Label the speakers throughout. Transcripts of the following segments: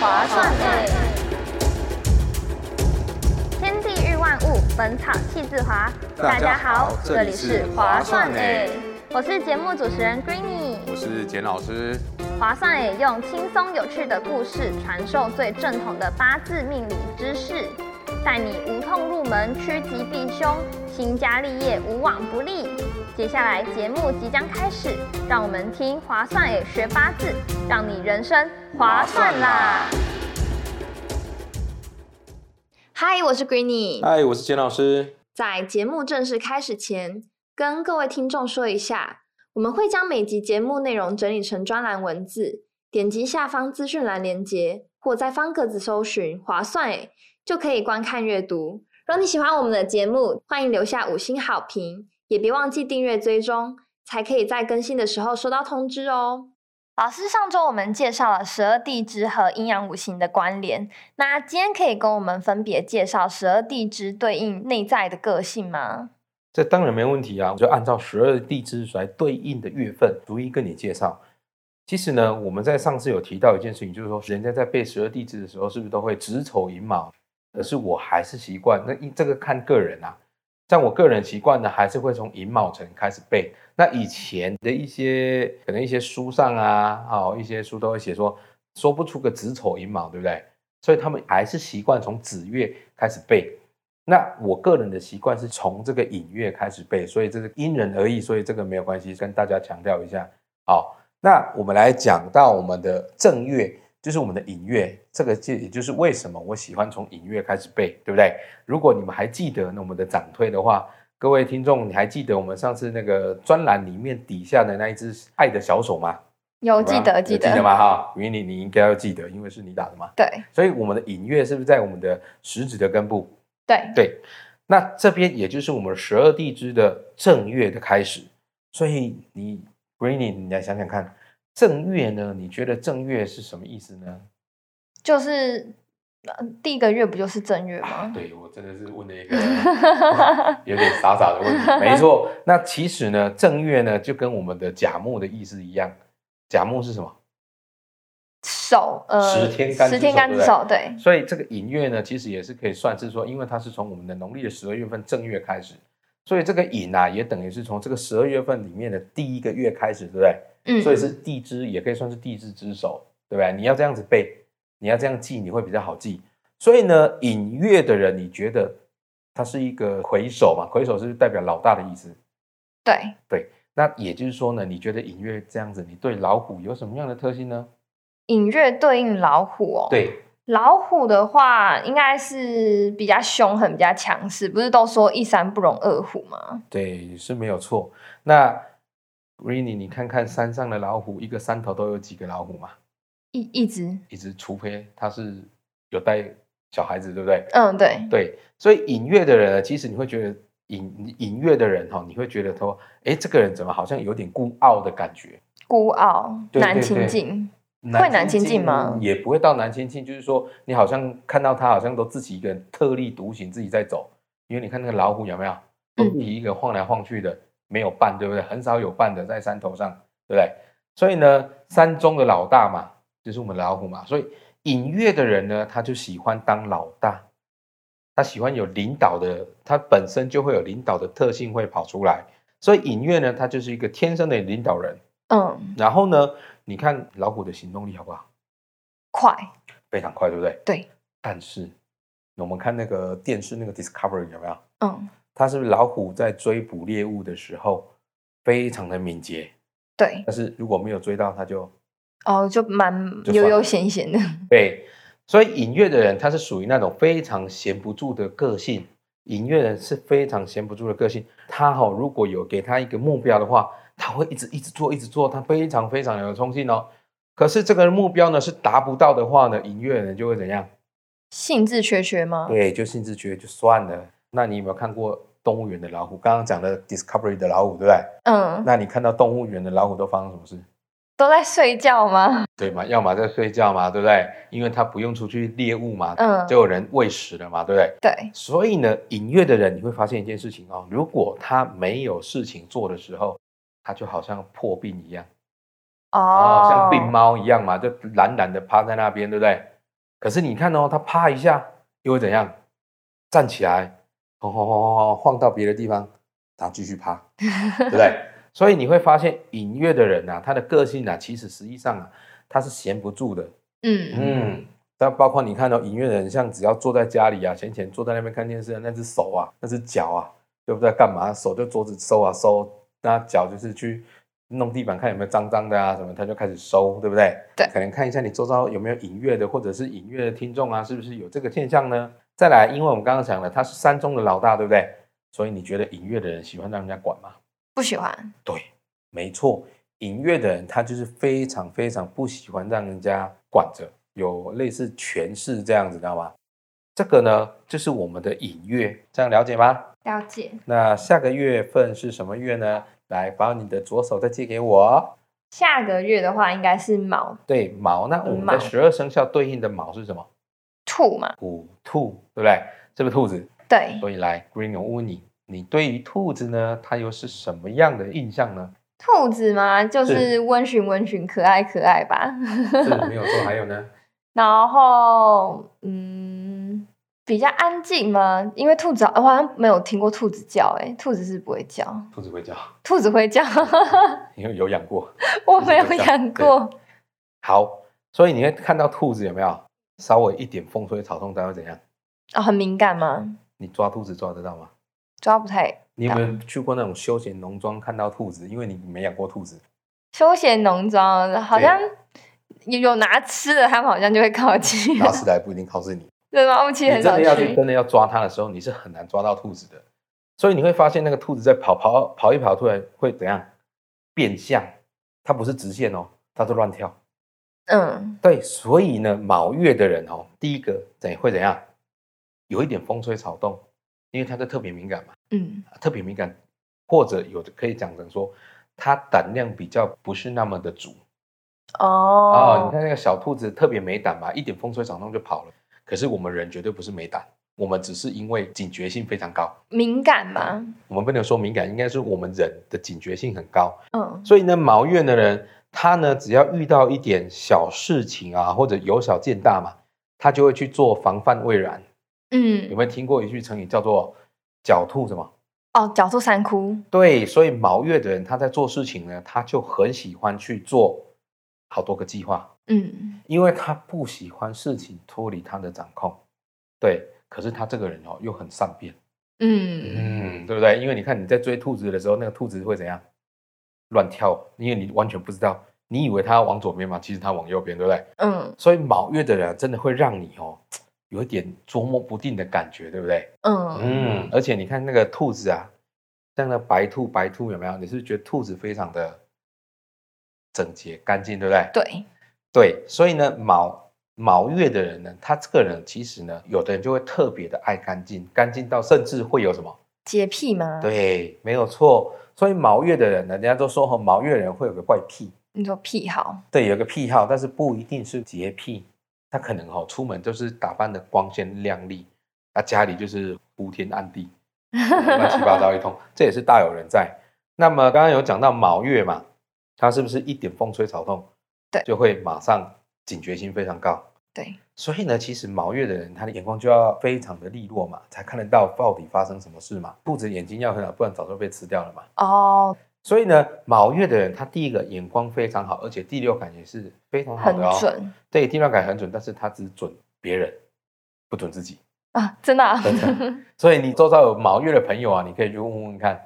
Speaker 1: 划算日，天地日万物，本草气自华。
Speaker 2: 大家好这里是划算日，
Speaker 1: 我是节目主持人 Greeny。
Speaker 2: 我是简老师，
Speaker 1: 划算也用轻松有趣的故事传授最正统的八字命理知识，带你无痛入门，趋吉避凶，兴家立业无往不利。接下来节目即将开始，让我们听划算也学八字，让你人生划算啦！嗨，我是 Greeny。
Speaker 2: 嗨，我是简老师。
Speaker 1: 在节目正式开始前，跟各位听众说一下，我们会将每集节目内容整理成专栏文字，点击下方资讯栏连接，或在方格子搜寻“划算诶”，就可以观看阅读。如果你喜欢我们的节目，欢迎留下五星好评，也别忘记订阅追踪，才可以在更新的时候收到通知哦。老师，上周我们介绍了十二地支和阴阳五行的关联，那今天可以跟我们分别介绍十二地支对应内在的个性吗？
Speaker 2: 这当然没问题啊，我就按照十二地支来对应的月份，逐一跟你介绍。其实呢，我们在上次有提到一件事情，就是说人家在背十二地支的时候，是不是都会子丑寅卯？可是我还是习惯，那一这个看个人啊。像我个人习惯呢，还是会从寅卯辰开始背。那以前的一些可能一些书上啊，哦，一些书都会写说说不出个子丑寅卯，对不对？所以他们还是习惯从子月开始背。那我个人的习惯是从这个引月开始背，所以这是因人而异，所以这个没有关系，跟大家强调一下。好，那我们来讲到我们的正月，就是我们的引月，这个就也就是为什么我喜欢从引月开始背，对不对？如果你们还记得那我们的掌推的话，各位听众，你还记得我们上次那个专栏里面底下的那一只爱的小手吗？
Speaker 1: 有记得，记
Speaker 2: 啊有
Speaker 1: 得，
Speaker 2: 记得吗？哈，云你你应该要记得，因为是你打的嘛。
Speaker 1: 对
Speaker 2: 所以我们的引月是不是在我们的食指的根部？
Speaker 1: 对
Speaker 2: 对，那这边也就是我们十二地支的正月的开始，所以你 Greeny，你来想想看，正月呢？你觉得正月是什么意思呢？
Speaker 1: 就是、呃第一个月不就是正月 吗？
Speaker 2: 对我真的是问了一个 有点傻傻的问题。没错，那其实呢，正月呢就跟我们的甲木的意思一样，甲木是什么？
Speaker 1: 手，呃，
Speaker 2: 十天干之
Speaker 1: 十天干之
Speaker 2: 手
Speaker 1: 手，对，
Speaker 2: 所以这个寅月呢，其实也是可以算是说，因为它是从我们的农历的十二月份正月开始，所以这个寅啊，也等于是从这个十二月份里面的第一个月开始，对不对？
Speaker 1: 嗯，
Speaker 2: 所以是地支，也可以算是地支之首，对不对？你要这样子背，你要这样记，你会比较好记。所以呢，隐月的人，你觉得他是一个魁首嘛？魁首是代表老大的意思。
Speaker 1: 对，
Speaker 2: 那也就是说呢，你觉得隐月这样子，你对老虎有什么样的特性呢？
Speaker 1: 隐月对应老虎哦。，
Speaker 2: 对，
Speaker 1: 老虎的话应该是比较凶狠、比较强势，不是都说一山不容二虎吗？
Speaker 2: 对，是没有错。那 r e n y 你看看山上的老虎，一个山头都有几个老虎嘛？
Speaker 1: 一一直，
Speaker 2: 一只，除非它是有带小孩子，对不对？
Speaker 1: 嗯，对，
Speaker 2: 对，所以隐约的人呢，其实你会觉得隐隐约的人哈、你会觉得说，哎，这个人怎么好像有点孤傲的感觉？
Speaker 1: 孤傲、
Speaker 2: 对
Speaker 1: 难
Speaker 2: 对
Speaker 1: 亲
Speaker 2: 对
Speaker 1: 近，会难亲近吗
Speaker 2: 也不会到难亲近，就是说你好像看到他好像都自己一个人特立独行，自己在走。因为你看那个老虎有没有，都
Speaker 1: 嗯
Speaker 2: 自己一个晃来晃去的，没有伴，对不对？很少有伴的在山头上，对不对？所以呢，山中的老大嘛，就是我们老虎嘛。所以隐约的人呢，他就喜欢当老大，他喜欢有领导的，他本身就会有领导的特性会跑出来。所以隐约呢，他就是一个天生的领导人。
Speaker 1: 嗯，
Speaker 2: 然后呢，你看老虎的行动力好不好？
Speaker 1: 快，
Speaker 2: 非常快，对不对？
Speaker 1: 对。
Speaker 2: 但是我们看那个电视那个 Discovery 有没有？
Speaker 1: 嗯，
Speaker 2: 它是不是老虎在追捕猎物的时候非常的敏捷，
Speaker 1: 对。
Speaker 2: 但是如果没有追到，它就
Speaker 1: 哦，就蛮
Speaker 2: 就
Speaker 1: 悠
Speaker 2: 算
Speaker 1: 悠
Speaker 2: 了
Speaker 1: 闲闲的。
Speaker 2: 对。所以隐月的人，他是属于那种非常闲不住的个性。隐月人是非常闲不住的个性，他哈、如果有给他一个目标的话，他会一直一直做，一直做，他非常非常有冲劲哦。可是这个目标呢是达不到的话呢，隐月人就会怎样？
Speaker 1: 兴致缺缺吗？
Speaker 2: 对，就兴致缺就算了。那你有没有看过动物园的老虎？刚刚讲的 Discovery 的老虎，对不对？
Speaker 1: 嗯，
Speaker 2: 那你看到动物园的老虎都发生什么事？
Speaker 1: 都在睡觉吗？
Speaker 2: 对嘛，要么在睡觉嘛，对不对？因为它不用出去猎物嘛，
Speaker 1: 嗯，
Speaker 2: 就有人喂食了嘛，对不对？
Speaker 1: 对，
Speaker 2: 所以呢，隐约的人你会发现一件事情哦，如果他没有事情做的时候，他就好像破病一样，哦，像病猫一样嘛，就懒懒的趴在那边，对不对？可是你看哦，它趴一下又会怎样？站起来，晃晃晃晃晃，晃到别的地方，然后继续趴，对不对？所以你会发现，隐约的人啊，他的个性啊，其实实际上啊，他是闲不住的。
Speaker 3: 嗯，
Speaker 2: 嗯，但包括你看到、哦、隐约的人，像只要坐在家里啊，闲闲坐在那边看电视的那只手啊，那只脚啊，就不知道干嘛，手就桌子收啊收，那脚就是去弄地板看有没有脏脏的啊什么，他就开始收，对不对？
Speaker 3: 对
Speaker 2: 可能看一下你周遭有没有隐约的或者是隐约的听众啊，是不是有这个现象呢？再来，因为我们刚刚讲了，他是山中的老大，对不对？所以你觉得隐约的人喜欢让人家管吗？
Speaker 3: 不喜欢。
Speaker 2: 对，没错，隐约的人他就是非常非常不喜欢让人家管着，有类似权势这样子，知道吗？这个呢，就是我们的隐约，这样了解吗？
Speaker 3: 了解。
Speaker 2: 那下个月份是什么月呢？来，把你的左手再借给我。哦
Speaker 3: 下个月的话应该是卯
Speaker 2: 对，卯，那我们
Speaker 3: 卯
Speaker 2: 的十二生肖对应的卯是什么？
Speaker 3: 兔嘛，
Speaker 2: 虎、兔，对不对？是不是兔子？
Speaker 3: 对，
Speaker 2: 所以来，Green，我问你，你对于兔子呢，它又是什么样的印象呢？
Speaker 3: 兔子嘛，就是是温驯温驯，可爱可爱吧。
Speaker 2: 是没有错，还有呢？
Speaker 3: 然后，嗯，比较安静吗？因为兔子，我好像没有听过兔子叫、欸，兔子是不会叫，
Speaker 2: 兔子会叫，
Speaker 3: 兔子会叫，
Speaker 2: 因为有养过。
Speaker 3: 我没有养过。
Speaker 2: 好，所以你会看到兔子有没有稍微一点风吹草动，它会怎样？
Speaker 3: 哦，很敏感吗？
Speaker 2: 你抓兔子抓得到吗？
Speaker 3: 抓不太。
Speaker 2: 你有没有去过那种休闲农庄看到兔子？因为你没养过兔子，
Speaker 3: 休闲农庄好像有有拿吃的，他们好像就会靠近
Speaker 2: 拿。起来不一定靠近你。
Speaker 3: 对吗？我们其
Speaker 2: 你
Speaker 3: 实很
Speaker 2: 真
Speaker 3: 少
Speaker 2: 的要去
Speaker 3: 去。
Speaker 2: 真的要抓它的时候，你是很难抓到兔子的。所以你会发现那个兔子在跑跑跑一跑，突然会怎样变向？它不是直线哦，它是乱跳。
Speaker 3: 嗯，
Speaker 2: 对，所以呢，卯月的人哦，第一个怎会怎样？有一点风吹草动，因为他就特别敏感嘛，
Speaker 3: 嗯，
Speaker 2: 特别敏感，或者有的可以讲成说，他胆量比较不是那么的足哦
Speaker 3: 哦，
Speaker 2: 你看那个小兔子特别没胆嘛，一点风吹草动就跑了。可是我们人绝对不是没胆，我们只是因为警觉性非常高。
Speaker 3: 敏感吧，
Speaker 2: 我们不能说敏感，应该是我们人的警觉性很高，
Speaker 3: 嗯，
Speaker 2: 所以呢，毛月的人，他呢只要遇到一点小事情啊，或者由小见大嘛，他就会去做防范未然。有
Speaker 3: 嗯，
Speaker 2: 没有听过一句成语叫做“狡兔”什么？
Speaker 3: 哦，狡兔三窟，
Speaker 2: 对，所以毛月的人他在做事情呢，他就很喜欢去做好多个计划，
Speaker 3: 嗯，
Speaker 2: 因为他不喜欢事情脱离他的掌控。对，可是他这个人哦又很善变，
Speaker 3: 嗯，
Speaker 2: 嗯，对不对？因为你看你在追兔子的时候，那个兔子会怎样？乱跳，因为你完全不知道，你以为它要往左边嘛，其实它往右边，对不对？
Speaker 3: 嗯，
Speaker 2: 所以卯月的人啊真的会让你哦，有一点捉摸不定的感觉，对不对？
Speaker 1: 哦
Speaker 3: 嗯，
Speaker 2: 嗯，而且你看那个兔子啊，像那白兔，白兔有没有？你是不是觉得兔子非常的整洁干净，对不对？
Speaker 3: 对，
Speaker 2: 对，所以呢，卯卯月的人呢，他这个人其实呢，有的人就会特别的爱干净，干净到甚至会有什么？
Speaker 3: 洁癖吗？，
Speaker 2: 对，没有错。所以毛月的人呢，人家都说哈，毛月人会有个怪癖，
Speaker 3: 你说癖好，
Speaker 2: 对，有个癖好，但是不一定是洁癖，他可能哦出门就是打扮的光鲜亮丽，那家里就是呼天暗地，乱七八糟一通，这也是大有人在。那么刚刚有讲到卯月嘛，他是不是一点风吹草动，
Speaker 3: 对
Speaker 2: 就会马上警觉性非常高。
Speaker 3: 对，
Speaker 2: 所以呢，其实毛月的人，他的眼光就要非常的利落嘛，才看得到到底发生什么事嘛。兔子眼睛要很好，不然早就被吃掉了嘛。
Speaker 3: 哦，
Speaker 2: 所以呢，卯月的人，他第一个眼光非常好，而且第六感也是非常好
Speaker 3: 很
Speaker 2: 的哦。
Speaker 3: 准
Speaker 2: 对，第六感很准，但是他只准别人，不准自己。
Speaker 3: 啊，真的啊，
Speaker 2: 真的所以你周遭有卯月的朋友啊，你可以去问 问看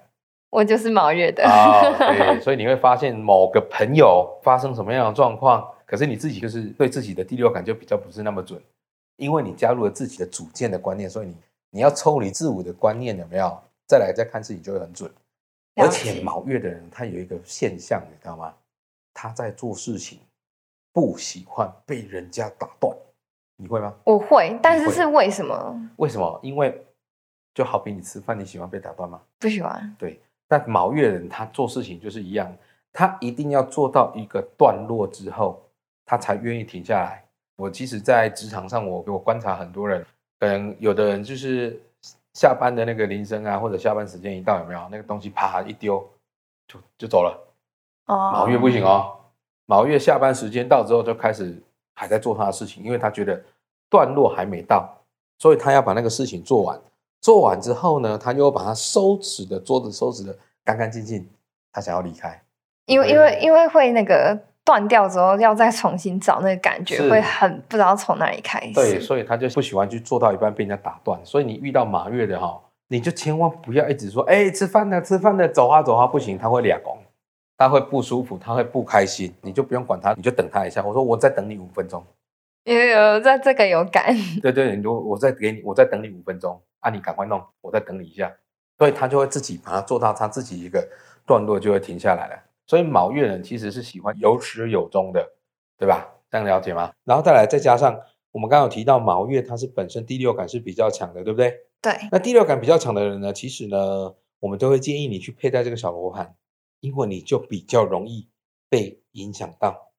Speaker 3: 我就是毛月的，
Speaker 2: 啊、对，所以你会发现某个朋友啊发生什么样的状况，可是你自己就是对自己的第六感就比较不是那么准，因为你加入了自己的主见的观念，所以你你要抽离自我的观念有没有？再来再看事情就会很准。
Speaker 3: 了
Speaker 2: 而
Speaker 3: 解
Speaker 2: 且卯月的人，他有一个现象，你知道吗？他在做事情不喜欢被人家打断，你会吗？
Speaker 3: 我会，但是
Speaker 2: 会
Speaker 3: 是为什么
Speaker 2: 为什么？因为就好比你吃饭，你喜欢被打断吗？
Speaker 3: 不喜欢？
Speaker 2: 但卯月人他做事情就是一样，他一定要做到一个段落之后，他才愿意停下来。我其实，在职场上我，我观察很多人，可能有的人就是下班的那个铃声啊，或者下班时间一到，有没有那个东西啪一丢就就走了？
Speaker 3: 哦，
Speaker 2: 卯月不行哦，卯月下班时间到之后，就开始还在做他的事情，因为他觉得段落还没到，所以他要把那个事情做完。做完之后呢，他又把他收拾的桌子收拾的干干净净，他想要离开。
Speaker 1: 因为因为因为会那个断掉之后，要再重新找那个感觉，
Speaker 2: 是
Speaker 1: 会很不知道从哪里开始。
Speaker 2: 对，所以他就不喜欢去做到一半被人家打断。所以你遇到马月的哈、你就千万不要一直说，哎、吃饭了，吃饭了，走啊走啊，不行，他会俩拱，他会不舒服，他会不开心，你就不用管他，你就等他一下。我说我再等你五分钟，
Speaker 1: 有有在这个有感，
Speaker 2: 对对，你就我再给你，我再等你五分钟啊，你赶快弄，我再等你一下。所以他就会自己把它做到他自己一个段落，就会停下来了。所以卯月人其实是喜欢有始有终的，对吧？这样了解吗？然后再来，再加上我们刚刚有提到卯月，它是本身第六感是比较强的，对不对？
Speaker 1: 对，
Speaker 2: 那第六感比较强的人呢，其实呢，我们都会建议你去佩戴这个小罗盘，因为你就比较容易被影响到，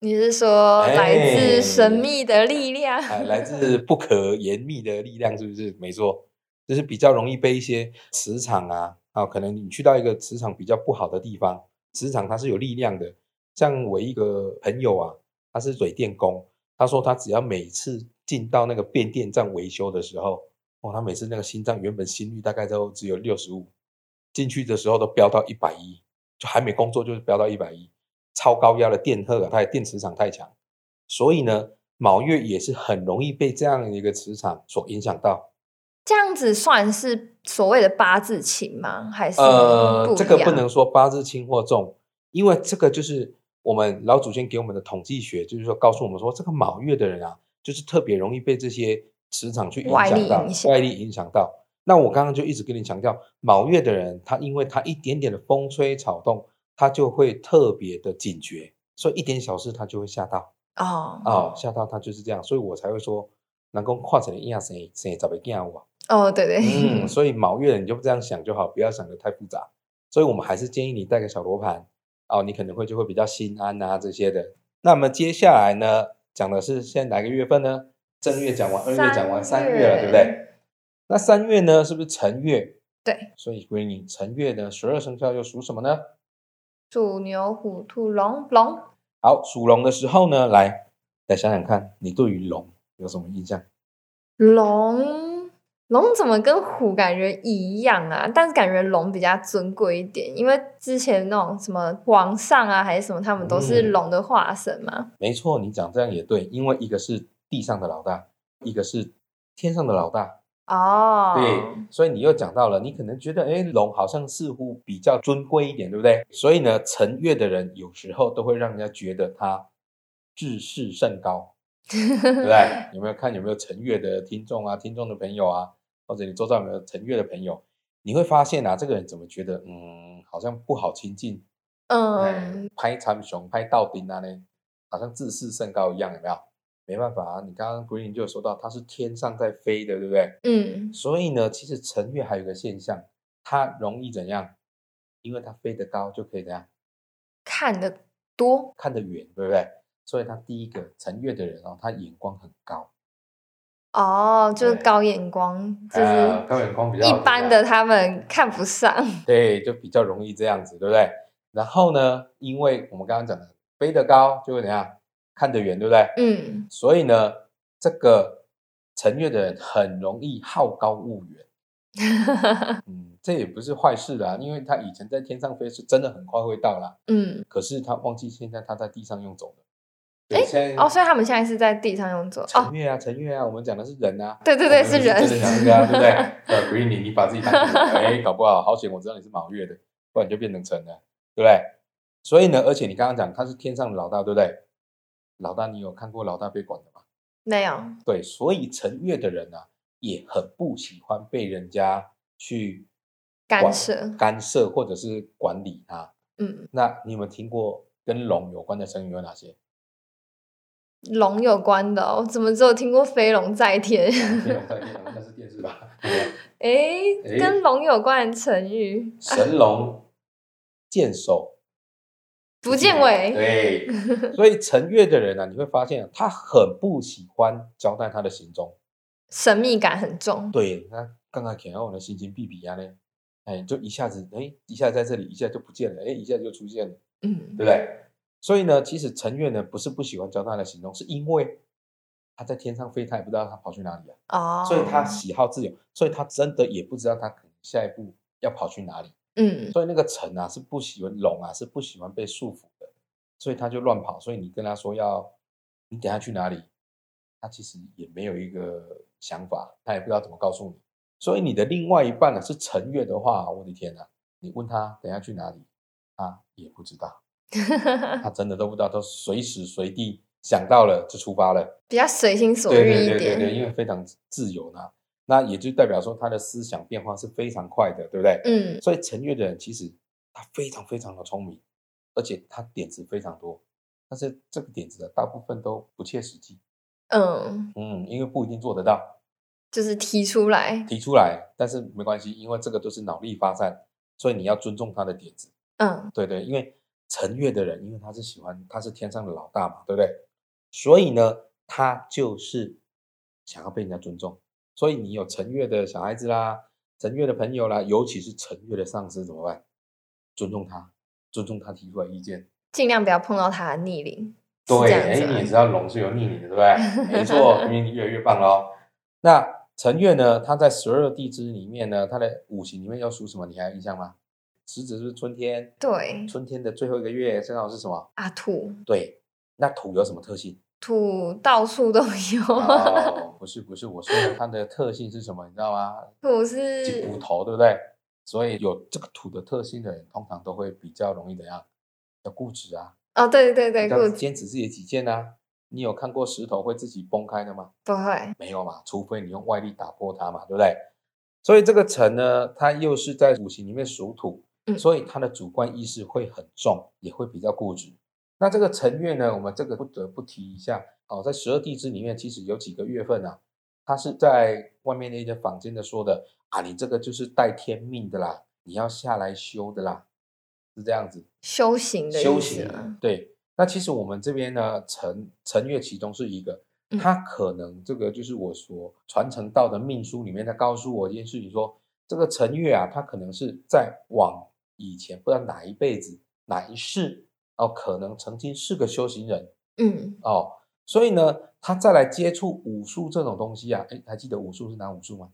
Speaker 1: 你是说
Speaker 2: 哎
Speaker 1: 来自神秘的力量？
Speaker 2: 哎，来自不可言密的力量，是不是？没错，就是比较容易被一些磁场啊，啊，可能你去到一个磁场比较不好的地方，磁场它是有力量的。像我一个朋友啊，他是水电工，他说他只要每次进到那个变电站维修的时候，哦，他每次那个心脏原本心率大概都只有六十五，进去的时候都飙到一百一，就还没工作就是飙到一百一，超高压的电荷啊，它的电磁场太强，所以呢，卯月也是很容易被这样一个磁场所影响到。
Speaker 1: 这样子算是所谓的八字情吗？还是
Speaker 2: 呃，
Speaker 1: 不
Speaker 2: 这个
Speaker 1: 一
Speaker 2: 不
Speaker 1: 样
Speaker 2: 能说八字轻或重，因为这个就是我们老祖先给我们的统计学，就是说告诉我们说，这个卯月的人啊，就是特别容易被这些磁场去影
Speaker 1: 外
Speaker 2: 响
Speaker 1: 力
Speaker 2: 到
Speaker 1: 影，响
Speaker 2: 外力影响到。那我刚刚就一直跟你强调，卯月的人，他因为他一点点的风吹草动，他就会特别的警觉，所以一点小事他就会吓到。
Speaker 1: 哦
Speaker 2: 哦，吓到他就是这样，所以我才会说，能够跨成一样生生十个囝我。
Speaker 1: 哦，对对，
Speaker 2: 嗯，所以卯月你就这样想就好，不要想的太复杂。所以我们还是建议你带个小罗盘哦，你可能会就会比较心安啊这些的。那么接下来呢，讲的是现在哪个月份呢？正月讲完，二月讲完，三月了，对不对？那三月呢，是不是辰月？
Speaker 1: 对，
Speaker 2: 所以归你辰月呢，十二生肖又属什么呢？
Speaker 1: 鼠牛虎兔龙龙，
Speaker 2: 好，属龙的时候呢，来来想想看，你对于龙有什么印象？
Speaker 1: 龙龙怎么跟虎感觉一样啊？但是感觉龙比较尊贵一点，因为之前那种什么皇上啊还是什么，他们都是
Speaker 2: 嗯
Speaker 1: 龙的化身嘛。
Speaker 2: 没错，你讲这样也对，因为一个是地上的老大，一个是天上的老大，
Speaker 1: 哦，
Speaker 2: 对，所以你又讲到了，你可能觉得，哎，龙好像似乎比较尊贵一点，对不对？所以呢，辰月的人有时候都会让人家觉得他自视甚高，对不对？有没有看有没有辰月的听众啊，听众的朋友啊，或者你周遭有没有辰月的朋友？你会发现啊，这个人怎么觉得，嗯，好像不好亲近，
Speaker 1: 嗯
Speaker 2: 嗯，拍参雄、拍道兵啊呢，好像自视甚高一样，有没有？没办法啊，你刚刚 Green 就有说到，它是天上在飞的，对不对？
Speaker 1: 嗯，
Speaker 2: 所以呢，其实辰月还有一个现象，它容易怎样？因为它飞得高，就可以怎样
Speaker 1: 看得多
Speaker 2: 看得远，对不对？所以他第一个辰月的人哦，他眼光很高，
Speaker 1: 哦，就是
Speaker 2: 对
Speaker 1: 高眼光，就是
Speaker 2: 啊高眼光比较
Speaker 1: 一
Speaker 2: 怎么
Speaker 1: 般
Speaker 2: 样
Speaker 1: 的他们看不上。
Speaker 2: 对，就比较容易这样子，对不对？然后呢，因为我们刚刚讲的飞得高就会怎样看得远，对不对？
Speaker 1: 嗯，
Speaker 2: 所以呢，这个成月的人很容易好高骛 远，嗯，这也不是坏事啦，因为他以前在天上飞是真的很快会到啦，
Speaker 1: 嗯，
Speaker 2: 可是他忘记现在他在地上用走的。
Speaker 1: 诶
Speaker 2: 对，现在
Speaker 1: 哦，所以他们现在是在地上用作哦，
Speaker 2: 成月啊，成月啊，我们讲的是人啊，
Speaker 1: 对对
Speaker 2: 我
Speaker 1: 对，
Speaker 2: 们
Speaker 1: 是人，
Speaker 2: 真的讲这个啊，对 不对？呃，不是你，你把自己当成人哎，搞不好好险，我知道你是卯月的，不然你就变成辰了，对不对？所以呢，而且你刚刚讲他是天上的老大，对不对？老大，你有看过老大被管的吗？
Speaker 1: 没有，
Speaker 2: 对，所以成月的人啊，也很不喜欢被人家去
Speaker 1: 干
Speaker 2: 管
Speaker 1: 涉
Speaker 2: 干涉或者是管理他。
Speaker 1: 嗯，
Speaker 2: 那你有没有听过跟龙有关的成语有哪些？
Speaker 1: 龙有关的哦、我怎么只有听过飞龙在天？
Speaker 2: 天龙在天，那是电视吧？
Speaker 1: 诶，
Speaker 2: 诶
Speaker 1: 跟龙有关的成语，
Speaker 2: 神龙见首
Speaker 1: 不见尾。
Speaker 2: 对，所以成月的人啊，你会发现啊他很不喜欢交代他的行踪。
Speaker 1: 神秘感很重。
Speaker 2: 对，那刚刚看到我的心情必比啊呢，哎，就一下子哎，一下在这里，一下就不见了，哎，一下就出现了。
Speaker 1: 嗯
Speaker 2: 对不对？所以呢，其实陈月呢不是不喜欢交代的行动，是因为他在天上飞，他也不知道他跑去哪里啊，
Speaker 1: 哦，
Speaker 2: 所以他喜好自由，所以他真的也不知道他可能下一步要跑去哪里。
Speaker 1: 嗯
Speaker 2: 所以那个城啊是不喜欢龙啊是不喜欢被束缚的，所以他就乱跑。所以你跟他说要你等下去哪里，他其实也没有一个想法，他也不知道怎么告诉你。所以你的另外一半呢、是陈月的话，我的天哪、啊你问他等下去哪里，他也不知道， 他真的都不知道，都随时随地想到了就出发了。
Speaker 1: 比较随心所
Speaker 2: 对
Speaker 1: 欲
Speaker 2: 对
Speaker 1: 一
Speaker 2: 对对对，
Speaker 1: 点，
Speaker 2: 因为非常自由呢，那也就代表说他的思想变化是非常快的，对不对？
Speaker 1: 嗯
Speaker 2: 所以陈月的人其实他非常非常的聪明，而且他点子非常多，但是这个点子的大部分都不切实际，
Speaker 1: 嗯，
Speaker 2: 嗯，因为不一定做得到，
Speaker 1: 就是提出来，
Speaker 2: 提出来，但是没关系，因为这个都是脑力发散，所以你要尊重他的点子，
Speaker 1: 嗯
Speaker 2: 对对，因为陈月的人，因为他是喜欢他是天上的老大嘛，对不对？所以呢，他就是想要被人家尊重，所以你有陈月的小孩子啦，陈月的朋友啦，尤其是陈月的上司怎么办？尊重他，尊重他提出来意见。
Speaker 1: 尽量不要碰到他的逆鳞，是这
Speaker 2: 对，
Speaker 1: 样
Speaker 2: 哎，
Speaker 1: 子
Speaker 2: 你也
Speaker 1: 吗
Speaker 2: 知道龙是有逆鳞的，对不对？没错，因为你越来越棒喽。那陈月呢？他在十二地支里面呢，他的五行里面要属什么？你还有印象吗？食子是春天，
Speaker 1: 对
Speaker 2: 春天的最后一个月正好是什么？
Speaker 1: 啊，土
Speaker 2: 对，那土有什么特性？
Speaker 1: 土到处都有，
Speaker 2: 哦，不是不是，我说的它的特性是什么？你知道吗？
Speaker 1: 土
Speaker 2: 金
Speaker 1: 是
Speaker 2: 骨头，对不对？所以有这个土的特性的人，通常都会比较容易怎样？要固执啊，
Speaker 1: 哦，对对对，
Speaker 2: 要
Speaker 1: 固
Speaker 2: 坚持自己的己见啊。你有看过石头会自己崩开的吗？
Speaker 1: 不会，
Speaker 2: 没有嘛，除非你用外力打破它嘛，对不对？所以这个辰呢，它又是在五行里面属土，
Speaker 1: 嗯
Speaker 2: 所以它的主观意识会很重，也会比较固执。那这个辰月呢，我们这个不得不提一下哦，在十二地支里面，其实有几个月份啊，它是在外面的一些坊间的说的啊，你这个就是带天命的啦，你要下来修的啦，是这样子。
Speaker 1: 修行的
Speaker 2: 修
Speaker 1: 意思啊
Speaker 2: 行
Speaker 1: 吗，
Speaker 2: 对，那其实我们这边呢，陈陈月其中是一个
Speaker 1: 嗯，
Speaker 2: 他可能这个就是我所传承到的命书里面，他告诉我一件事情说，这个陈月啊，他可能是在往以前不知道哪一辈子哪一世哦，可能曾经是个修行人
Speaker 1: 嗯
Speaker 2: 哦，所以呢，他再来接触武术这种东西啊，哎，还记得武术是哪武术吗？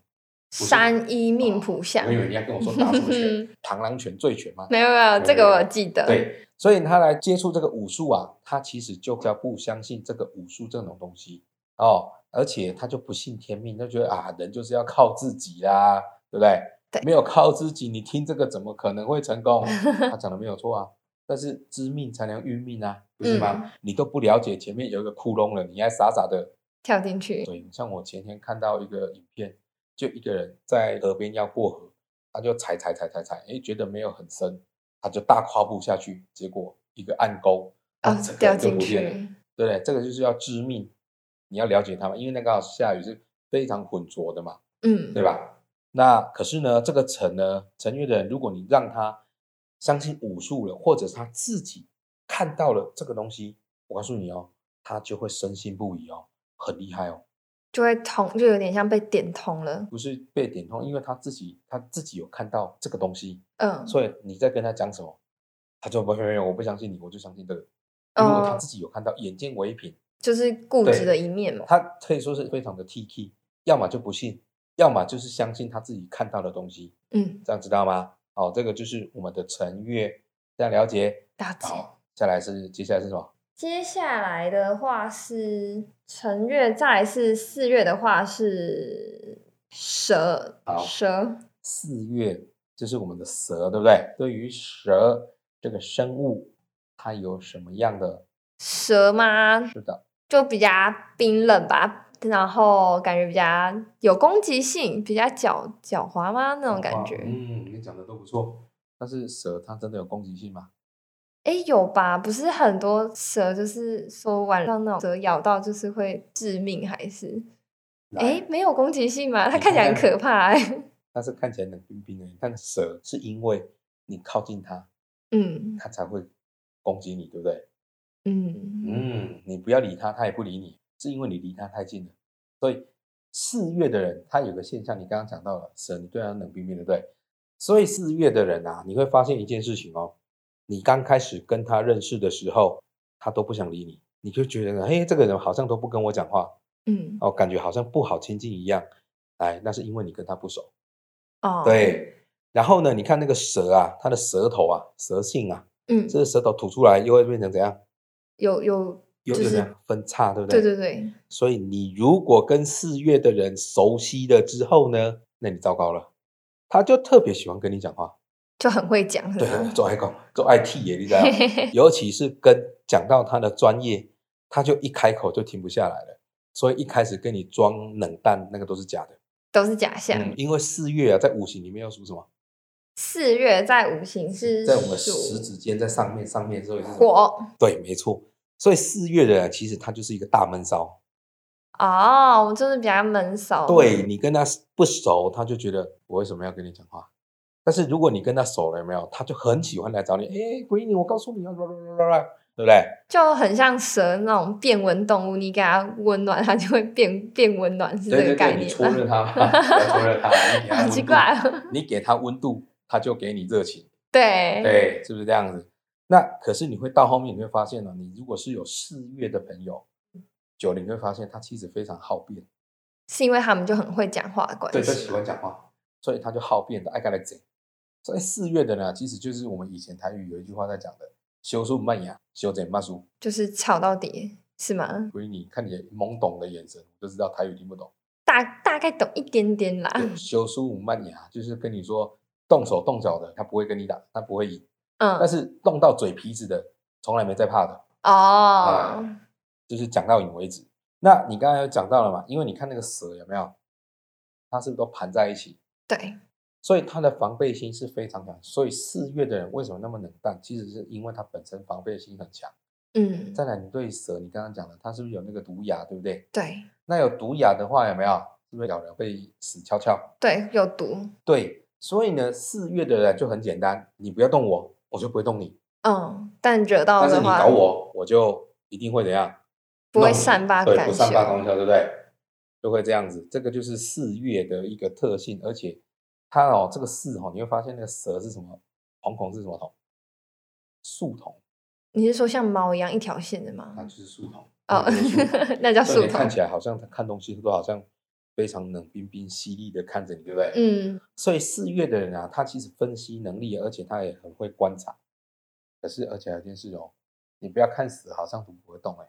Speaker 2: 是
Speaker 1: 三一命谱相
Speaker 2: 我以，为你要跟我说打什 么拳，螳螂拳、醉拳吗？
Speaker 1: 没有没有，这个我记得，
Speaker 2: 对，所以他来接触这个武术啊，他其实就比较不相信这个武术这种东西哦，而且他就不信天命，他觉得啊，人就是要靠自己啦，对不对？
Speaker 1: 对
Speaker 2: 没有靠自己，你听这个怎么可能会成功？他讲的没有错啊，但是知命才能运命啊，不是吗？
Speaker 1: 嗯
Speaker 2: 你都不了解前面有一个窟窿了，你还傻傻的
Speaker 1: 跳进去，
Speaker 2: 对，像我前天看到一个影片，就一个人在河边要过河，他就踩踩踩踩踩，诶，觉得没有很深，他就大跨步下去，结果一个暗沟，
Speaker 1: 哦
Speaker 2: 整，个
Speaker 1: 掉
Speaker 2: 人就
Speaker 1: 进
Speaker 2: 不见了
Speaker 1: 去，
Speaker 2: 对不对？这个就是要知命，你要了解他们，因为那个啊下雨是非常浑浊的嘛，
Speaker 1: 嗯
Speaker 2: 对吧？那可是呢，这个陈呢，陈月的人，如果你让他相信武术了，或者是他自己看到了这个东西，我告诉你哦，他就会深信不疑哦，很厉害哦。
Speaker 1: 就会通，就有点像被点通了，
Speaker 2: 不是被点通，因为他自己他自己有看到这个东西，
Speaker 1: 嗯，
Speaker 2: 所以你在跟他讲什么，他就不 没有，我不相信你，我就相信这个。如果他
Speaker 1: 哦
Speaker 2: 自己有看到，眼见为凭，
Speaker 1: 就是固
Speaker 2: 对
Speaker 1: 执的一面嘛，
Speaker 2: 他可以说是非常的 T K，要么就不信，要么就是相信他自己看到的东西，
Speaker 1: 嗯，
Speaker 2: 这样知道吗？哦，这个就是我们的陈月，这样了解。
Speaker 1: 大致。
Speaker 2: 好，下来是接下来是什么？
Speaker 1: 接下来的话是辰月，再来是四月的话是蛇
Speaker 2: 好，
Speaker 1: 蛇，
Speaker 2: 四月就是我们的蛇，对不对？对于蛇这个生物，它有什么样的？
Speaker 1: 蛇嘛，
Speaker 2: 是的。
Speaker 1: 就比较冰冷吧，然后感觉比较有攻击性，比较狡狡猾吗？那种感
Speaker 2: 哇
Speaker 1: 觉，
Speaker 2: 嗯，你讲的都不错。但是蛇它真的有攻击性吗？
Speaker 1: 哎、有吧？不是很多蛇就是说晚上那种蛇咬到就是会致命，还是哎、
Speaker 2: 来，
Speaker 1: 没有攻击性嘛？它
Speaker 2: 你
Speaker 1: 看起来很
Speaker 2: 看看
Speaker 1: 可怕、欸，
Speaker 2: 但是看起来冷冰冰的。但蛇是因为你靠近它，
Speaker 1: 嗯
Speaker 2: 它才会攻击你，对不对？
Speaker 1: 嗯，
Speaker 2: 嗯，你不要理它，它也不理你，是因为你离它太近了。所以四月的人，他有个现象，你刚刚讲到了，蛇你对它冷冰冰的，对不对。所以四月的人啊，你会发现一件事情哦，你刚开始跟他认识的时候，他都不想理你，你就觉得哎，这个人好像都不跟我讲话，
Speaker 1: 嗯，
Speaker 2: 哦，感觉好像不好亲近一样。哎，那是因为你跟他不熟。
Speaker 1: 哦，，
Speaker 2: 对，然后呢，你看那个蛇啊，它的舌头啊，蛇性啊，
Speaker 1: 嗯，
Speaker 2: 这个舌头吐出来又会变成怎样？
Speaker 1: 有有，
Speaker 2: 又
Speaker 1: 就
Speaker 2: 又怎
Speaker 1: 是
Speaker 2: 样分叉，对不
Speaker 1: 对
Speaker 2: 对
Speaker 1: 对对，
Speaker 2: 所以你如果跟四月的人熟悉了之后呢，那你糟糕了，他就特别喜欢跟你讲话，
Speaker 1: 就很会讲，是
Speaker 2: 对
Speaker 1: 不是，
Speaker 2: 做爱讲，做爱替耶，你知道吗？尤其是跟讲到他的专业，他就一开口就停不下来了。所以一开始跟你装冷淡，那个都是假的。
Speaker 1: 都是假象。
Speaker 2: 嗯，因为四月啊，在五行里面又属什么？
Speaker 1: 四月在五行是
Speaker 2: 在我们
Speaker 1: 属
Speaker 2: 十指尖，在上面，上面所以是什么
Speaker 1: 火
Speaker 2: 对，没错。所以四月的人其实他就是一个大闷骚，
Speaker 1: 哦，我就是比较闷骚。
Speaker 2: 对你跟他不熟，他就觉得我为什么要跟你讲话？但是如果你跟他熟了，有没有？他就很喜欢来找你，哎，闺女，我告诉你啊，啦啦啦啦啦，对不对？
Speaker 1: 就很像蛇那种变温动物，你给它温暖，它就会变变温暖，是这个概念吧？
Speaker 2: 他 嘛，不要搓热他嘛，你给他
Speaker 1: 好
Speaker 2: 温
Speaker 1: 奇
Speaker 2: 度
Speaker 1: 怪哦，
Speaker 2: 你给他温度，他就给你热情，
Speaker 1: 对，
Speaker 2: 对，是不是这样子？那可是你会到后面你会发现呢、哦你如果是有四月的朋友，久了你会发现他其实非常好辩，
Speaker 1: 是因为他们就很会讲话的关
Speaker 2: 对，就
Speaker 1: 系
Speaker 2: 喜。欢讲话，所以他就好变的爱干来贼。所以四月的啊呢，其实就是我们以前台语有一句话在讲的“修树慢雅，修整慢熟
Speaker 1: 就是吵到底是吗”。？
Speaker 2: 所以你看你懵懂的眼神，我就知道台语听不懂。
Speaker 1: 大大概懂一点点啦。嗯
Speaker 2: 修树慢雅就是跟你说动手动脚的，他不会跟你打，他不会赢；但
Speaker 1: 嗯，
Speaker 2: 是动到嘴皮子的，从来没在怕的，
Speaker 1: 哦，
Speaker 2: 啊就是讲到赢为止。那你刚才有讲到了嘛？因为你看那个蛇有没有，它是不是都盘在一起？
Speaker 1: 对，
Speaker 2: 所以他的防备心是非常强。所以四月的人为什么那么冷淡，其实是因为他本身防备心很强。
Speaker 1: 嗯，
Speaker 2: 再来，你对蛇，你刚刚讲了，它是不是有那个毒牙，对不对？
Speaker 1: 对
Speaker 2: 那有毒牙的话，有没有是不是咬人会死翘翘？
Speaker 1: 对，有毒。
Speaker 2: 对，所以呢，四月的人就很简单，你不要动我，我就不会动你；
Speaker 1: 嗯，但惹到
Speaker 2: 但是
Speaker 1: 的
Speaker 2: 你
Speaker 1: 话
Speaker 2: 搞，我，我就一定会怎样？
Speaker 1: 不会
Speaker 2: 弄你
Speaker 1: 散发
Speaker 2: 对，
Speaker 1: 感
Speaker 2: 不散发
Speaker 1: 受
Speaker 2: 功效，对不对？就会这样子，这个就是四月的一个特性，而且它哦，这个四哦，你会发现那个蛇是什么？瞳孔是什么瞳？树瞳，
Speaker 1: 你是说像猫一样一条线的吗
Speaker 2: 它？就是树瞳。
Speaker 1: 哦，
Speaker 2: 那就是树瞳
Speaker 1: 那叫
Speaker 2: 所以
Speaker 1: 树
Speaker 2: 你
Speaker 1: 头
Speaker 2: 看。起来好像它看东西都好像非常冷冰冰、犀利的看着你，对不对？。
Speaker 1: 嗯，
Speaker 2: 所以四月的人啊，他其实分析能力，而且他也很会观察。可是，而且还有一件事哦，你不要看死好像都不会动哎、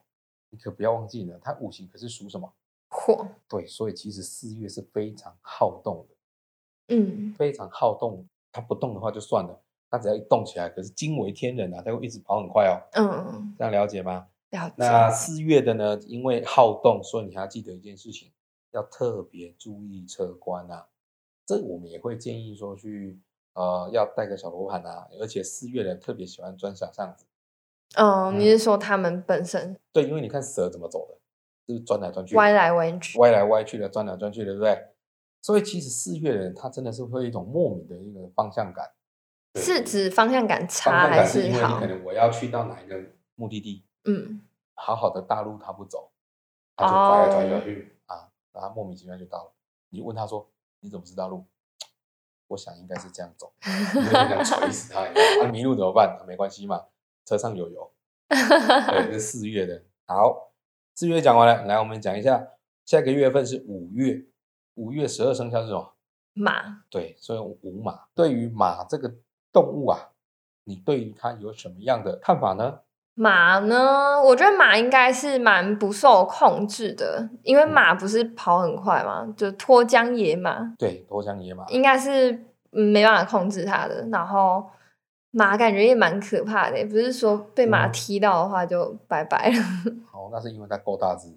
Speaker 2: 你可不要忘记了，他五行可是属什么？
Speaker 1: 火，
Speaker 2: 对，所以其实四月是非常好动的，
Speaker 1: 嗯，
Speaker 2: 非常好动。它不动的话就算了，它只要一动起来，可是惊为天人啊，它会一直跑很快哦。
Speaker 1: 嗯，
Speaker 2: 这样了解吗？
Speaker 1: 了解。
Speaker 2: 那四月的呢，因为好动，所以你还要记得一件事情，要特别注意车关啊。这我们也会建议说去呃，要带个小罗盘啊。而且四月人特别喜欢钻小巷子，
Speaker 1: 嗯，你
Speaker 2: 嗯
Speaker 1: 是说他们本身
Speaker 2: 对，因为你看蛇怎么走的，就是钻来钻去，
Speaker 1: 歪来歪去？
Speaker 2: 歪来歪去的，转来转去的，对不对？所以其实四月人他真的是会有一种莫名的一个方向感，对
Speaker 1: 是指方向感
Speaker 2: 方
Speaker 1: 差
Speaker 2: 向
Speaker 1: 还
Speaker 2: 感是因为你
Speaker 1: 好
Speaker 2: 可？能我要去到哪一个目的地，
Speaker 1: 嗯，
Speaker 2: 好好的大路他不走，他就拐来转去
Speaker 1: 哦
Speaker 2: 转去、啊，然后莫名其妙就到了。你问他说你怎么知道路？我想应该是这样走，你就想锤死他，你知道吗啊迷路怎么办？啊没关系嘛，车上有油。对，这是四月的。好，四月讲完了，来我们讲一下下一个月份是五月。五月十二生肖是什么？
Speaker 1: 马
Speaker 2: 对，所以五马。对于马这个动物啊，你对于它有什么样的看法呢？
Speaker 1: 马呢？我觉得马应该是蛮不受控制的，因
Speaker 2: 嗯
Speaker 1: 为马不是跑很快嘛，就脱缰野马，
Speaker 2: 对，脱缰野马，
Speaker 1: 应该是嗯没办法控制它的。然后马感觉也蛮可怕的，不是说被马
Speaker 2: 嗯
Speaker 1: 踢到的话就拜拜了。
Speaker 2: 好，那是因为它够大只。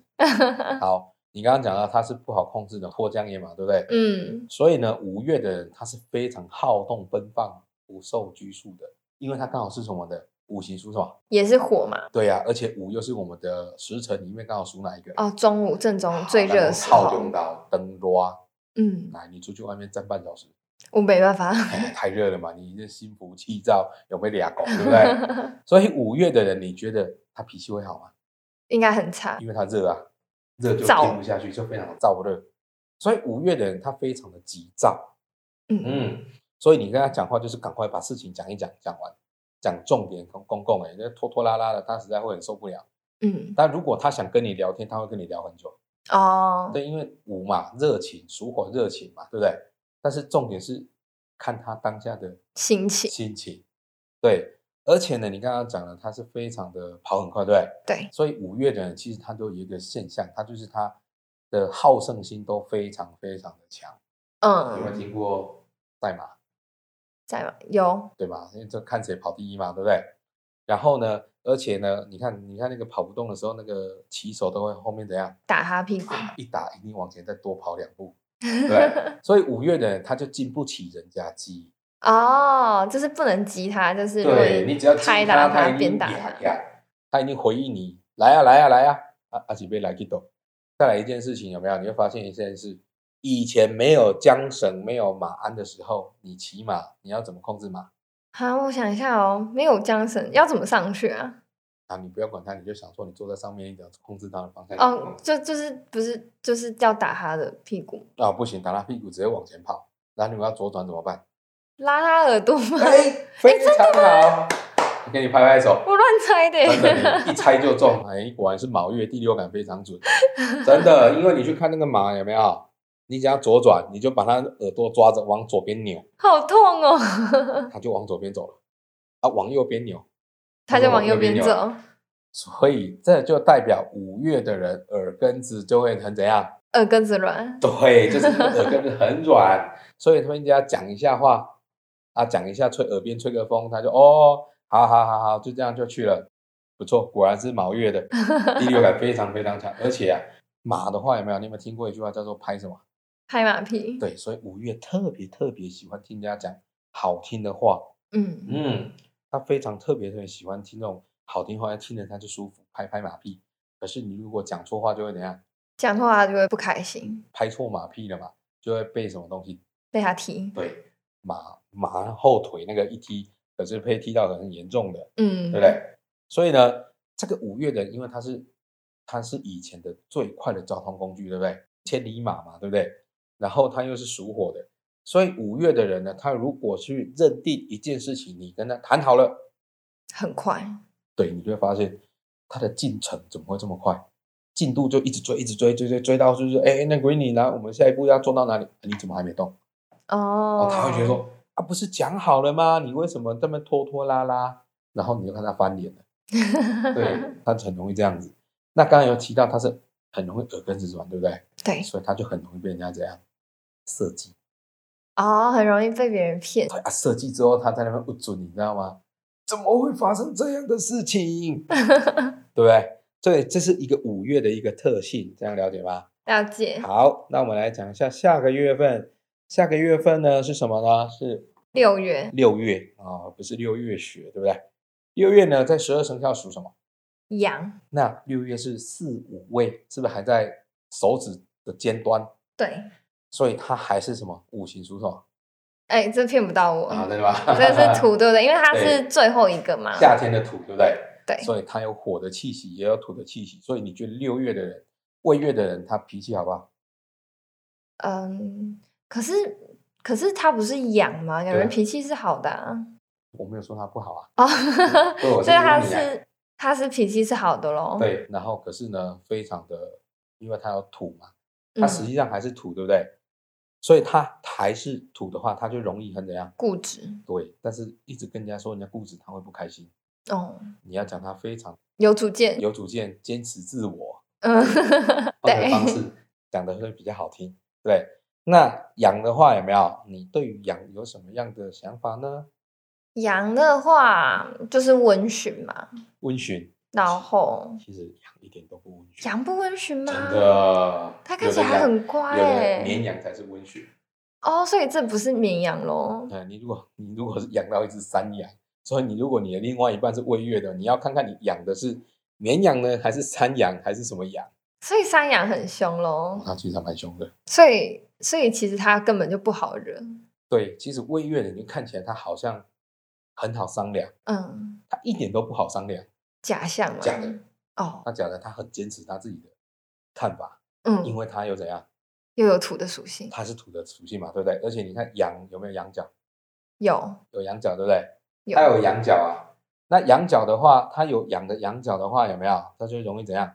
Speaker 2: 好，你刚刚讲到它是不好控制的脱缰野马，对不对？
Speaker 1: 嗯，
Speaker 2: 所以呢，五月的人他是非常好动奔放、不受拘束的，因为他刚好是什么的五行属什么？
Speaker 1: 也是火嘛。
Speaker 2: 对呀、而且五又是我们的时辰里面刚好属哪一个？
Speaker 1: 哦，中午正中午最热的时
Speaker 2: 好用
Speaker 1: 候，
Speaker 2: 到灯热，啊
Speaker 1: 嗯，
Speaker 2: 来你出去外面站半小时，
Speaker 1: 我没办法。
Speaker 2: 哎太热了嘛，你这心浮气躁，有没有俩狗，对不对？ 所以五月的人，你觉得他脾气会好吗？
Speaker 1: 应该很差。
Speaker 2: 因为他热啊，热就
Speaker 1: 燥
Speaker 2: 听不下去，就非常的燥热。所以五月的人他非常的急躁，
Speaker 1: 嗯
Speaker 2: 嗯，所以你跟他讲话就是赶快把事情讲一讲，讲完，讲重点公公共哎，那拖拖拉拉的，他实在会很受不了。
Speaker 3: 嗯，
Speaker 2: 但如果他想跟你聊天，他会跟你聊很久。
Speaker 1: 哦，
Speaker 2: 对，因为五嘛，热情，属火热情嘛，对不对？但是重点是看他当下的
Speaker 1: 心情，
Speaker 2: 心情。对，而且呢，你刚刚讲了，他是非常的跑很快，对不对？
Speaker 1: 对，
Speaker 2: 所以五月的人其实他都有一个现象，他就是他的好胜心都非常非常的强。有啊没
Speaker 1: 嗯，
Speaker 2: 有听过赛马？
Speaker 1: 在吗？有，
Speaker 2: 对吧？因为这看谁跑第一嘛，对不对？然后呢，而且呢，你看，你看那个跑不动的时候，那个骑手都会后面怎样？啊
Speaker 1: 打他屁股，
Speaker 2: 一打一定往前再多跑两步，对不对。 所以五月的人他就经不起人家激，
Speaker 1: 哦，就是不能激他，就是如果
Speaker 2: 对你只要激
Speaker 1: 拍
Speaker 2: 他，
Speaker 1: 打
Speaker 2: 他一
Speaker 1: 鞭
Speaker 2: 定
Speaker 1: 打
Speaker 2: 呀呀，他一定回应你，来呀、啊、来呀、啊、来呀、啊，啊阿吉贝来去斗。再来一件事情有没有？你会发现一件事，以前没有缰绳、没有马鞍的时候，你骑马你要怎么控制马？
Speaker 1: 好，我想一下哦，没有缰绳要怎么上去啊？
Speaker 2: 啊，你不要管它，你就想说你坐在上面，你只要控制它的方向就可以了。
Speaker 1: 哦，就就是不是就是要打他的屁股，
Speaker 2: 啊，不行，打他屁股直接往前跑，然后你们要左转怎 么办？
Speaker 1: 拉他耳朵吗？
Speaker 2: 哎，非常好，给你拍拍手。
Speaker 1: 我乱猜的
Speaker 2: 真
Speaker 1: 耶。
Speaker 2: 的，你一猜就中，哎，果然是卯月第六感非常准， 真的，因为你去看那个马有没有，你只要左转，你就把它耳朵抓着往左边扭，
Speaker 1: 好痛 哦！
Speaker 2: 它就往左边走了，啊，往右边扭，
Speaker 1: 他就往右边
Speaker 2: 它就扭
Speaker 1: 走，
Speaker 2: 所以这就代表五月的人耳根子就会很怎样？
Speaker 1: 耳根子软。
Speaker 2: 对，就是那个耳根子很软， 所以他们只要讲一下话啊，讲一下吹耳边吹个风，他就哦，好好好好，就这样就去了，不错，果然是毛月的第六感非常非常强， 而且啊，马的话有没有？你有没有听过一句话叫做拍什么？
Speaker 1: 拍马屁，
Speaker 2: 对，所以五月特别特别喜欢听人家讲好听的话，
Speaker 1: 嗯，
Speaker 2: 嗯，他非常特别特别喜欢听那种好听话，听着他就舒服，拍拍马屁。可是你如果讲错话，就会怎样？
Speaker 1: 讲错话就会不开心，
Speaker 2: 拍错马屁了嘛，就会被什么东西
Speaker 1: 被他踢，
Speaker 2: 对，马马后腿那个一踢，可是被踢到很严重的，
Speaker 1: 嗯，
Speaker 2: 对不对？所以呢，这个五月人，因为他是他是以前的最快的交通工具，对不对？千里马嘛，对不对？然后他又是属火的，所以五月的人呢，他如果去认定一件事情，你跟他谈好了，
Speaker 1: 很快，
Speaker 2: 对你就会发现他的进程怎么会这么快？进度就一直追，一直追，追追追到就是，哎，那闺女呢？我们下一步要做到哪里？啊你怎么还没动？
Speaker 1: 哦
Speaker 2: 哦，，他会觉得说啊，不是讲好了吗？你为什么这么拖拖拉拉？然后你就看他翻脸了，对他很容易这样子。那刚才有提到他是很容易耳根子软，对不对？
Speaker 1: 对，
Speaker 2: 所以他就很容易被人家怎样设计。
Speaker 1: 哦，很容易被别人骗，
Speaker 2: 对啊，设计之后他在那边不准，你知道吗？怎么会发生这样的事情？对不对？这这是一个五月的一个特性，这样了解吗？
Speaker 1: 了解，
Speaker 2: 好，那我们来讲一下下个月份。下个月份呢是什么呢？是
Speaker 1: 六月
Speaker 2: 六月啊、不是六月雪，对不对？六月呢，在十二生肖属什么？
Speaker 1: 羊，
Speaker 2: 那六月是四五位，是不是还在手指的尖端？
Speaker 1: 对，
Speaker 2: 所以它还是什么五行属什么
Speaker 1: 哎，这骗不到我，
Speaker 2: 啊？对吧？
Speaker 1: 这是 土，对不对？因为它是
Speaker 2: 对
Speaker 1: 最后一个嘛，
Speaker 2: 夏天的土，对不对？
Speaker 1: 对，
Speaker 2: 所以它有火的气息，也有土的气息。所以你觉得六月的人，未月的人，他脾气好不好？
Speaker 1: 嗯，可是可是它不是羊嘛，感
Speaker 2: 对
Speaker 1: 觉
Speaker 2: 啊
Speaker 1: 脾气是好的啊，
Speaker 2: 我没有说他不好啊，
Speaker 1: 哦，
Speaker 2: 对 我
Speaker 1: 所以
Speaker 2: 是不是
Speaker 1: 它
Speaker 2: 你来
Speaker 1: 是它是脾气是好的咯，，
Speaker 2: 对。然后可是呢，非常的，因为它有土嘛，它
Speaker 1: 嗯，
Speaker 2: 实际上还是土，对不对？所以它还是土的话，它就容易很怎样？
Speaker 1: 固执，
Speaker 2: 对，但是一直跟人家说人家固执，他会不开心。
Speaker 1: 哦，
Speaker 2: 你要讲他非常
Speaker 1: 有主见，
Speaker 2: 有主见、坚持自我
Speaker 1: 嗯，
Speaker 2: 换个方
Speaker 1: 对，
Speaker 2: 式讲的会比较好听，对不对。那羊的话有没有？你对于羊有什么样的想法呢？
Speaker 1: 羊的话就是温驯嘛，
Speaker 2: 温驯，
Speaker 1: 然后
Speaker 2: 其实羊一点都不温驯，
Speaker 1: 羊不温驯吗？
Speaker 2: 真，的，
Speaker 1: 它看
Speaker 2: 有
Speaker 1: 起
Speaker 2: 的
Speaker 1: 来
Speaker 2: 羊
Speaker 1: 很乖
Speaker 2: 有的
Speaker 1: 欸
Speaker 2: 绵羊才是温驯。
Speaker 1: 哦，所以这不是绵羊咯，
Speaker 2: 嗯，你如果 你如果是养到一只山羊，所以你如果你的另外一半是未月的，你要看看你养的是绵羊呢，还是山羊，还是什么羊？
Speaker 1: 所以山羊很凶咯，
Speaker 2: 它哦其实还蛮凶的。
Speaker 1: 所以所以其实它根本就不好惹，
Speaker 2: 对，其实未月的你就看起来他好像很好商量，
Speaker 1: 嗯，
Speaker 2: 他一点都不好商量。
Speaker 1: 假象嘛，
Speaker 2: 假的
Speaker 1: 哦，
Speaker 2: 他讲的他很坚持他自己的看法，因
Speaker 1: 嗯，
Speaker 2: 为他有怎样，
Speaker 1: 又有土的属性，
Speaker 2: 他是土的属性嘛，对不对？而且你看羊有没有羊角？
Speaker 1: 有
Speaker 2: 有羊角，对不对？
Speaker 1: 有
Speaker 2: 它有羊角啊，那羊角的话，它有养的羊角的话，有没有？它就容易怎样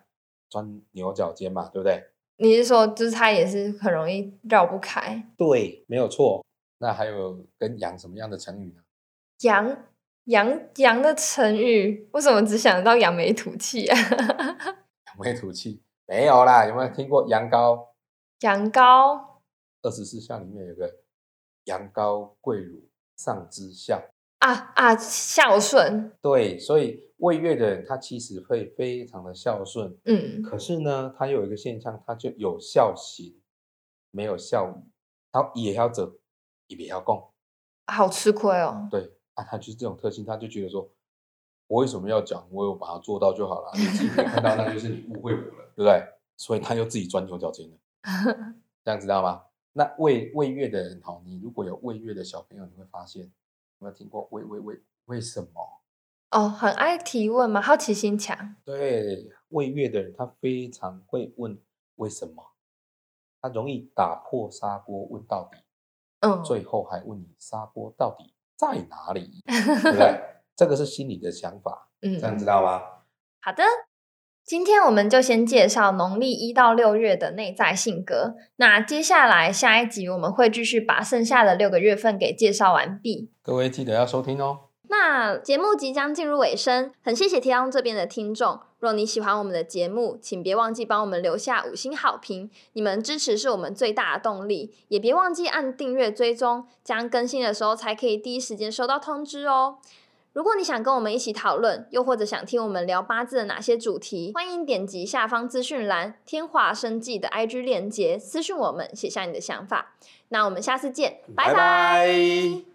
Speaker 2: 钻牛角尖嘛，对不对？
Speaker 1: 你是说，就是它也是很容易绕不开
Speaker 2: 对，没有错。那还有跟羊什么样的成语呢？
Speaker 1: 羊羊羊的成语？为什么只想到扬眉吐气啊？
Speaker 2: 扬眉吐气没有啦？有没有听过羊羔
Speaker 1: 羊羔
Speaker 2: 二十四孝里面有个羊羔跪乳上之孝？
Speaker 1: 啊啊，孝顺，
Speaker 2: 对，所以魏越的人他其实会非常的孝顺，
Speaker 1: 嗯，
Speaker 2: 可是呢，他有一个现象，他就有孝行，没有孝语，他也要走，也不要供，
Speaker 1: 好吃亏哦。
Speaker 2: 对啊，他就是这种特性，他就觉得说，我为什么要讲？我有把它做到就好了，你自己没看到那就是你误会我了，对不对？所以他又自己钻牛角尖了，这样知道吗？那魏魏越的人哈，你如果有魏越的小朋友，你会发现，有没有听过魏魏魏为什么？
Speaker 1: 哦，很爱提问嘛，好奇心强。
Speaker 2: 对，魏越的人他非常会问为什么，他容易打破砂锅问到底，
Speaker 1: 嗯，
Speaker 2: 最后还问你砂锅到底在哪里，对不对？这个是心里的想法，
Speaker 1: 嗯
Speaker 2: 这样知道吗？
Speaker 1: 好的，今天我们就先介绍农历一到六月的内在性格。那接下来下一集我们会继续把剩下的六个月份给介绍完毕。
Speaker 2: 各位记得要收听哦。
Speaker 3: 那节目即将进入尾声，很谢谢提供这边的听众。若你喜欢我们的节目，请别忘记帮我们留下五星好评，你们支持是我们最大的动力。也别忘记按订阅追踪，这样更新的时候才可以第一时间收到通知哦。如果你想跟我们一起讨论，又或者想听我们聊八字的哪些主题，欢迎点击下方资讯栏“天华生计”的 IG 链接私讯我们，写下你的想法。那我们下次见，拜拜
Speaker 2: 拜拜